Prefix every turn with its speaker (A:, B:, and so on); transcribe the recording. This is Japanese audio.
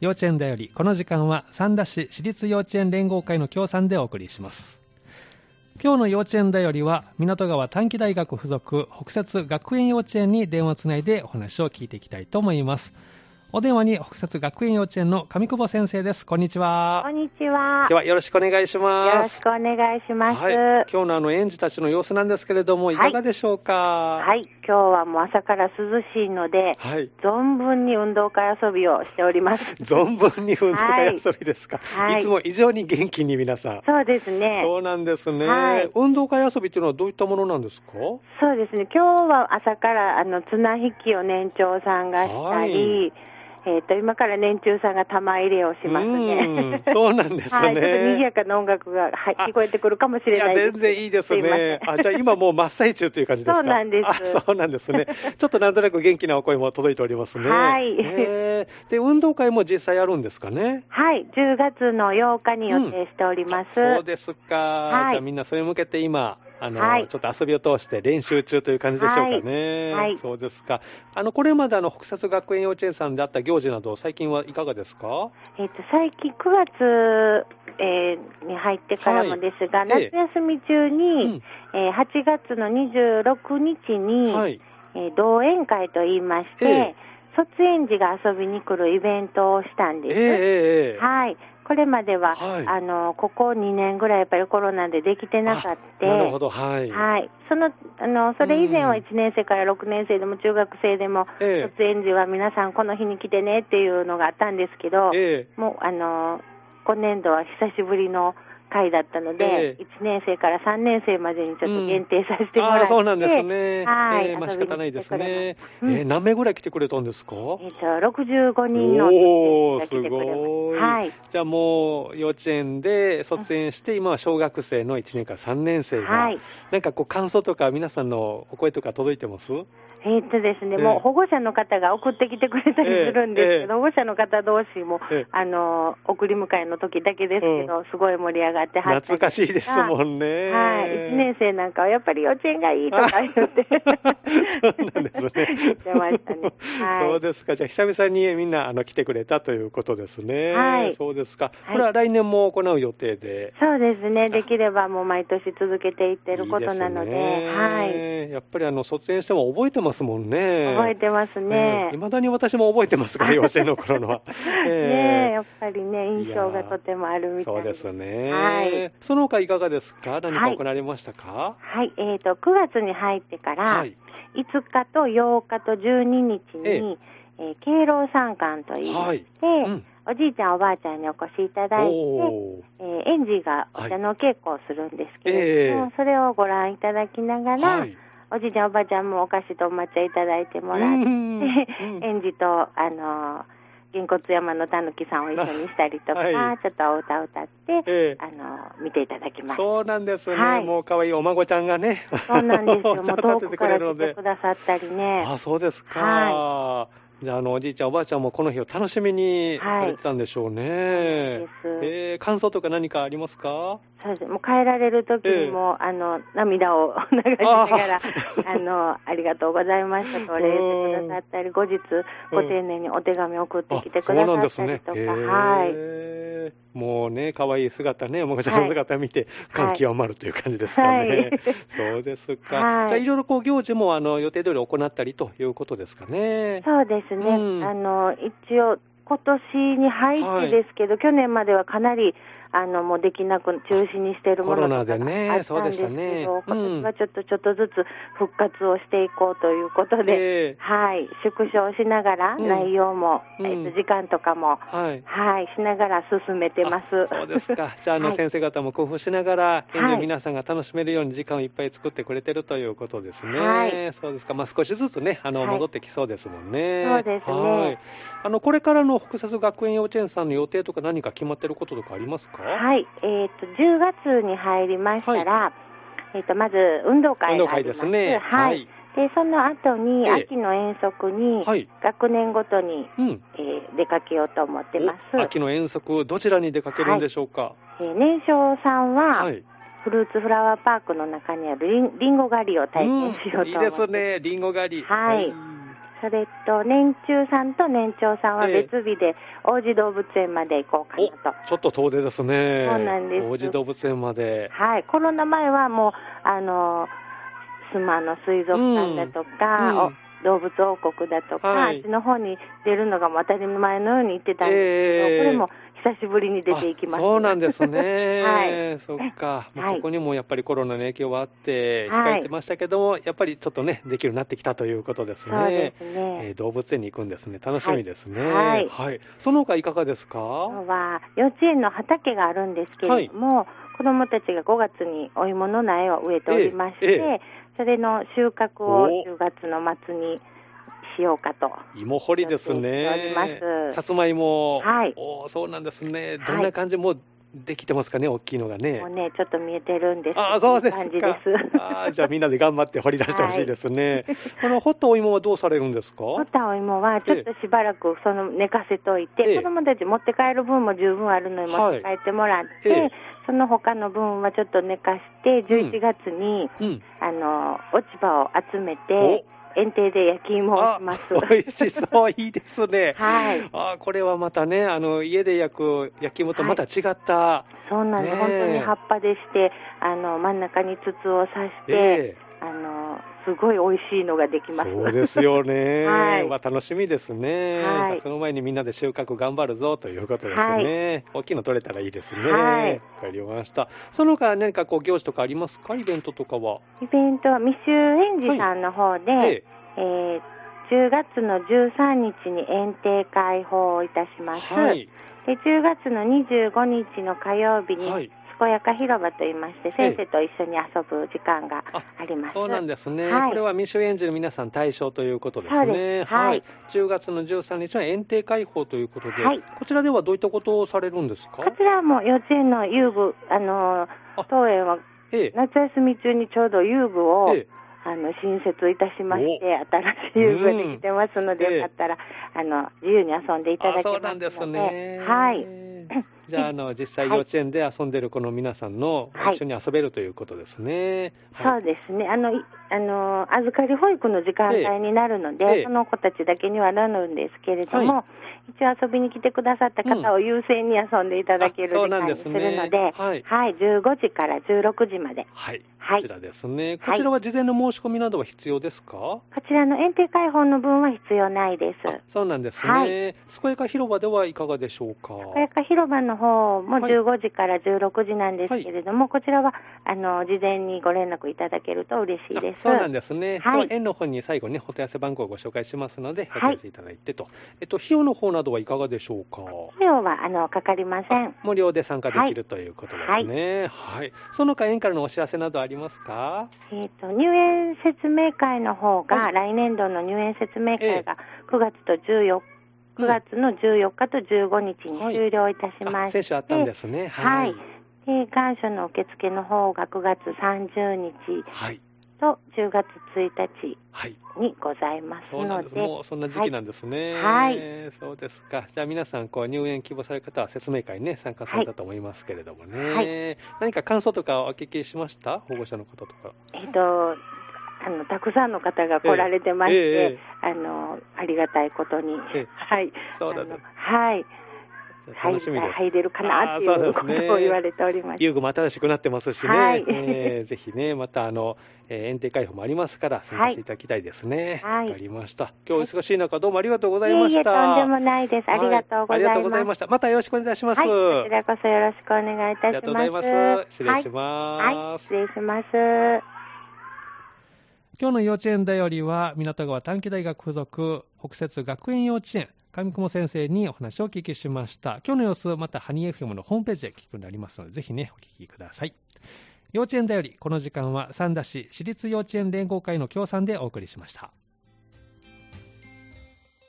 A: 幼稚園だよりこの時間は三田市私立幼稚園連合会の協賛でお送りします今日の幼稚園だよりは港川短期大学附属北摂学園幼稚園に電話つないでお話を聞いていきたいと思いますお電話に北摂学園幼稚園の上久保先生ですこんにちは
B: こんにちは。
A: ではよろしくお願いします
B: よろしくお願いします。
A: はい、今日のあの園児たちの様子なんですけれども、いかがでしょうか。。
B: はいい、今日はもう朝から涼しいので、
A: はい。
B: 存分に運動会遊びをしております。
A: 存分に運動会遊びですか、。
B: はいい
A: つも以上に元気に皆さん。
B: そうですね。
A: そうなんですね、
B: はい
A: 運動会遊びっていうのはどういったものなんですか。
B: そうですね。今日は朝からあの綱引きを年長さんがしたり、えっ、と今から年中さんが玉入れをしますね
A: うー。んそうなんですね
B: はい、ちょっと賑やかな音楽がはい
A: あ
B: 聞こえてくるかもし
A: い
B: れな
A: や
B: いです。
A: 全然いいです
B: いま
A: ね。
B: せん
A: あじゃあ今もう真っ最中という感じですか。
B: そうなんです
A: あそうなんです ね。ちょっとなんとなく元気なお声も届いておりますね。
B: はい
A: へーで運動会も実際あるんですかね。
B: はい、10月の8日に予定しております。
A: そうですか、
B: はい
A: じゃあみんなそれに向けて今、あの
B: はい
A: ちょっと遊びを通して練習中という感じでしょうかね、
B: はいはい
A: そうですか、あのこれまであの北摂学園幼稚園さんであった行事など、最近はいかがですか
B: えっと最近9月、えーに入ってからもですが、
A: はいええ
B: 夏休み中に、えー8月の26日
A: う
B: に、
A: んはい、
B: えー同園会といいまして、
A: ええ
B: 卒園児が遊びに来るイベントをしたん
A: ええ
B: です。
A: ええ
B: はい、これまでは、
A: はい
B: あのここ2年ぐらいやっぱりコロナでできてなかった。
A: あなるほど、はい、
B: はい、そのあのそれ以前は
A: うん
B: 1年生から6年生でも中学生でも、
A: ええ
B: 卒園児は皆さんこの日に来てねっていうのがあったんですけど、
A: え
B: もうあの今年度は久しぶりの会だったの
A: え
B: で、
A: え
B: 1年生から3年生までにちょっと限定させ
A: え
B: てもらって、
A: あーそうなんですね、
B: はい、
A: ええまあ仕
B: 遊びに来て
A: 方ないですね、
B: くれましたうん
A: ええ何名ぐらい来てくれたんですか、
B: えっと65人の
A: おー
B: 先
A: す
B: 生が来てくれまし
A: ごい
B: た。はい、
A: じゃあもう幼稚園で卒園して、今は小学生の1年から3年生が、
B: はい
A: なんかこう、感想とか、皆さんのお声とか届いてます
B: えっとですね、
A: ええ
B: もう保護者の方が送ってきてくれたりするんですけど、
A: ええ
B: 保護者の方同士も、
A: ええ
B: あの送り迎えの時だけですけど、すごい盛り上がってはったり
A: 懐かしいですもんね。
B: はい、1年生なんかはやっぱり幼稚園がいいとか言って、
A: そうなんですね
B: 言ってましたね。
A: そう
B: はい
A: ですか。じゃあ久々にみんなあの来てくれたということですね。
B: はい
A: そうですか。
B: はい
A: これは来年も行う予定で。
B: そうですね、できればもう毎年続けていってることなので、
A: いいすね
B: はい、
A: やっぱりあの卒園しても覚えてますもんね。
B: 覚えてますね。。
A: いまだに私も覚えてますから、幼稚園の頃のは
B: ねえやっぱりね、印象がとてもあるみたい
A: そうですね。
B: はい
A: その他いかがですか何か行われましたか
B: はい、えっ、と、9月に入ってから、
A: はい
B: 5日と8日と12日
A: え
B: に、えー敬老参観といいまして、
A: はいうん
B: おじいちゃん、おばあちゃんにお越しいただいて、
A: おー
B: えー、園児がお茶のお稽古をするんですけれども、
A: はいええ
B: それをご覧いただきながら、
A: はい
B: おじいちゃんおばあちゃんもお菓子とお抹茶いただいても
A: う
B: らって、
A: んうん
B: 園児と、あのー、銀骨山のたぬきさんを一緒にしたりとか、
A: はい
B: ちょっとお歌を歌って、
A: ええ
B: あのー見ていただきました。
A: そうなんですね。
B: はい
A: もう可愛いお孫ちゃんがね。
B: そうなんです よ。
A: お
B: もう
A: 茶を
B: 遠
A: 立て
B: く
A: て
B: か
A: くれ
B: ら
A: るの
B: 来て
A: で
B: く。ださったりね。
A: あ、そうですか。
B: は
A: じゃあ、あの、おじいちゃん、おばあちゃんもこの日を楽しみに
B: はい
A: されてたんでしょうね。
B: そうなんです
A: えー感想とか何かありますか
B: そうですね。もう帰られる時にも、あの、涙を 流しながら、
A: あ
B: あの、ありがとうございましたとお礼してくださっ たり、後日、ご丁寧にお手紙を送ってきてくださったりとか、
A: あそうな
B: は
A: んですね
B: い。
A: へーもうね、可愛い姿ね、お孫ちゃんの姿見て、
B: はい
A: 感極まるという感じですかね。
B: はい
A: そうですか。
B: はい
A: じゃあ、いろいろこう行事もあの予定通り行ったりということですかね。
B: そうですね。
A: うん
B: あの、一応、今年に入ってですけど、去年まではかなり、あの、もうできなく、中止にしてるものと
A: コロ
B: か
A: ナでね
B: があったんですけ
A: そうでした
B: ど、
A: ねうん
B: 今年はちょっとちょっとずつ復活をしていこうということで、
A: え
B: はい、縮小しながら、
A: うん
B: 内容も、
A: うん
B: えっと時間とかも、
A: ーはい。
B: はい、しながら進めてます。
A: あそうですか。じゃあ、あの、
B: はい
A: 先生方も工夫しながら、
B: い
A: 園児皆さんが楽しめるように時間をいっぱい作ってくれてるということですね。
B: はい
A: そうですか。まあ、少しずつね、あの、
B: はい
A: 戻ってきそうですもんね。
B: そうですね
A: はい。あの、これからの北摂学園幼稚園さんの予定とか何か決まってることとかありますか
B: はい、えっ、と、10月に入りましたら、えっ、と、まず運動会
A: 運動
B: があ
A: 会
B: りま。
A: ですすね。
B: はい。で、その後に、
A: ええ
B: 秋の遠足に、
A: はい
B: 学年ごとに、
A: うん。
B: えー出かけようと思ってます。
A: お秋の遠足、どちらに出かけるんでしょうか。
B: えー年少さんは、
A: はい。
B: フルーツフラワーパークの中にあるリンリンゴ狩りを体験しようと思
A: う
B: って、
A: んいいですね。リンゴ狩り。
B: はいそれと年中さんと年長さんは別日で王子動物園まで行こうか
A: お
B: なと、
A: ちょっと遠出ですね。
B: そうなんです
A: 王子動物園まで。
B: はい、コロナ前はもうあの妻の水族館だとか、
A: うんうん
B: お動物王国だとか、
A: はい
B: あっちの方に出るのがもう当たり前のように行ってたんですけ
A: え
B: ど、
A: え
B: これも久しぶりに出ていき
A: あ
B: ました
A: そうなんですね
B: はい。
A: そっ か。もう
B: はい
A: ここにもやっぱりコロナの影響はあって、
B: はい
A: 控えてましたけども、やっぱりちょっとね、できるようになってきたということですね。
B: そうですね
A: えー動物園に行くんですね。楽しみですね。
B: はい
A: その他いかがですか
B: 今日は幼稚園の畑があるんですけれども、子どもたちが5月にお芋の苗を植えておりまして、
A: えええ
B: それの収穫を
A: お
B: 10月の末にしようかと。
A: 芋掘りですね
B: やっておりま。す
A: さつまいも。
B: はい
A: おーそうなんですね。
B: はい
A: どんな感じ、もうできてますかね、大きいのがね
B: もう。ね、ちょっと見えてるんです
A: ああ、そうです
B: い
A: か。
B: い感じです。
A: ああ、じゃあみんなで頑張って掘り出してほしいですね。この掘ったお芋はどうされるんですか
B: 掘った お芋は、ちょっとしばらくその寝かせといて、
A: ええ
B: 子供たち持って帰る分も十分あるのに持って帰ってもらって、
A: はいええ
B: その他の分はちょっと寝かして、11月に、
A: うん。
B: あの、落ち葉を集めて
A: お、
B: 園庭で焼き芋を
A: あ
B: します。
A: 美味しそう、いいですね。
B: はい
A: あーこれはまたね、あの家で焼く焼き芋とまた違った、
B: そうなんです、
A: ねえ
B: 本当に葉っぱでして、あの真ん中に筒を刺して、
A: ええ
B: あのすごい美味しいのができます。
A: そうですよね、
B: はい
A: まあ、楽しみですね、
B: はい
A: じゃあその前にみんなで収穫頑張るぞということですね、大きいの取れたらいいですね、
B: はい
A: わかりました、その他何かこう行事とかありますか、イベントとかは。
B: イベントは未就園児さんの方で、
A: ええ
B: えー10月の13日に園庭開放をいたします。
A: はい、
B: で10月の25日の火曜日に、
A: はい
B: 健やか広場といいまし
A: え
B: て、
A: え
B: 先生と一緒に遊ぶ時間が
A: あ
B: あります。
A: そうなんですね、
B: はい
A: これは未就園児の皆さん対象ということですね。
B: そうですはい
A: 10月の13日は園庭開放ということで、
B: はい
A: こちらではどういったことをされるんですか
B: こちらも幼稚園の遊具、あの
A: あ
B: 当園は
A: ええ
B: 夏休み中にちょうど遊具を、
A: ええ
B: あの新設いたしまして、新しい遊具ができてますので、
A: うんええ
B: よかったらあの自由に遊んでいただ
A: あ
B: けますの
A: そ
B: で
A: うなんですね。
B: はい、
A: じゃあ、あの、実際
B: は
A: 幼
B: い
A: 稚園で遊んでる子の皆さんの、
B: はい
A: 一緒に遊べるということですね。
B: そう
A: い。
B: ですねあのいあの、預かり保育の時間帯になるので、
A: ええ
B: その子たちだけにはなるんですけれども、
A: は
B: 一応遊びに来てくださった方を優先に遊んでいただける
A: あそう
B: 時
A: なん
B: 間
A: で
B: に
A: す
B: す
A: ね
B: るので、
A: はい
B: はい、15時から16時まで。
A: はい。
B: はい
A: こちらですね。
B: はい
A: こちらは事前の申し込みなどは必要ですか
B: こちらの園庭開放の分は必要ないです。
A: あそうなんですね。
B: はい
A: 健やか広場ではいかがでしょうか
B: これか広場の方も
A: はい
B: 15時から16時なんですけれども、こちらはあの事前にご連絡いただけると嬉しいです。
A: あそうなんですね。
B: はい
A: 園の方に最後にお問い合わせ番号をご紹介しますので、お
B: はい
A: 問い合わせいただいてと。えっと、費用の方などはいかがでしょうか
B: 費用はあのかかりません。
A: 無料で参加できるということですね。はい。その他園からのお知らせなどありますか
B: えっ、と入園説明会の方が、
A: はい
B: 来年度の入園説明会が9月と14日。
A: うん
B: 9月の14日と15日に
A: はい
B: 終了いたしまして、
A: あ先週あったんですねは
B: はいい。で、願書の受付の方が9月30日
A: はい。
B: と10月1日
A: はい。
B: にございます
A: そうなん
B: の
A: です。
B: で、
A: もうそんな時期なんですね。
B: はい
A: そうですか。じゃあ皆さん、こう入園希望される方は説明会にね、参加されたと思いますけれどもね。
B: は
A: 何か感想とかお聞きしました保護者の方とか。
B: えっと、あのたくさんの方が来られてまして、
A: ええええ
B: あのありがたいことに、
A: ええ
B: はい、
A: そうだね
B: あのはい、
A: じゃあ
B: 入
A: 楽しみです。
B: 入れるかなってい
A: あーそう
B: う
A: で
B: こ
A: すね
B: とを言われておりまして、
A: 遊具も新しくなってますしね、
B: はい
A: えーぜひね、またあの、えー園庭開放もありますから、参加していただきたいですね。
B: はい
A: わかりました。今日お忙しい中、どうもありがとうございました。
B: いえいえとんでもないですありがとうございます
A: はありがとうございました。またよろしくお願いします。
B: はい、こちらこそよろしくお願い
A: あ
B: いた
A: りが
B: し
A: とうご
B: ま
A: ざ
B: す。
A: います。失礼し
B: はい、
A: ま
B: はい
A: す。
B: 失礼します。
A: 今日の幼稚園だよりは、港川短期大学附属北節学園幼稚園、上雲先生にお話をお聞きしました。今日の様子、またハニー FM のホームページで聞くようになりますので、ぜひね、お聞きください。幼稚園だより、この時間は三田市私立幼稚園連合会の協賛でお送りしました。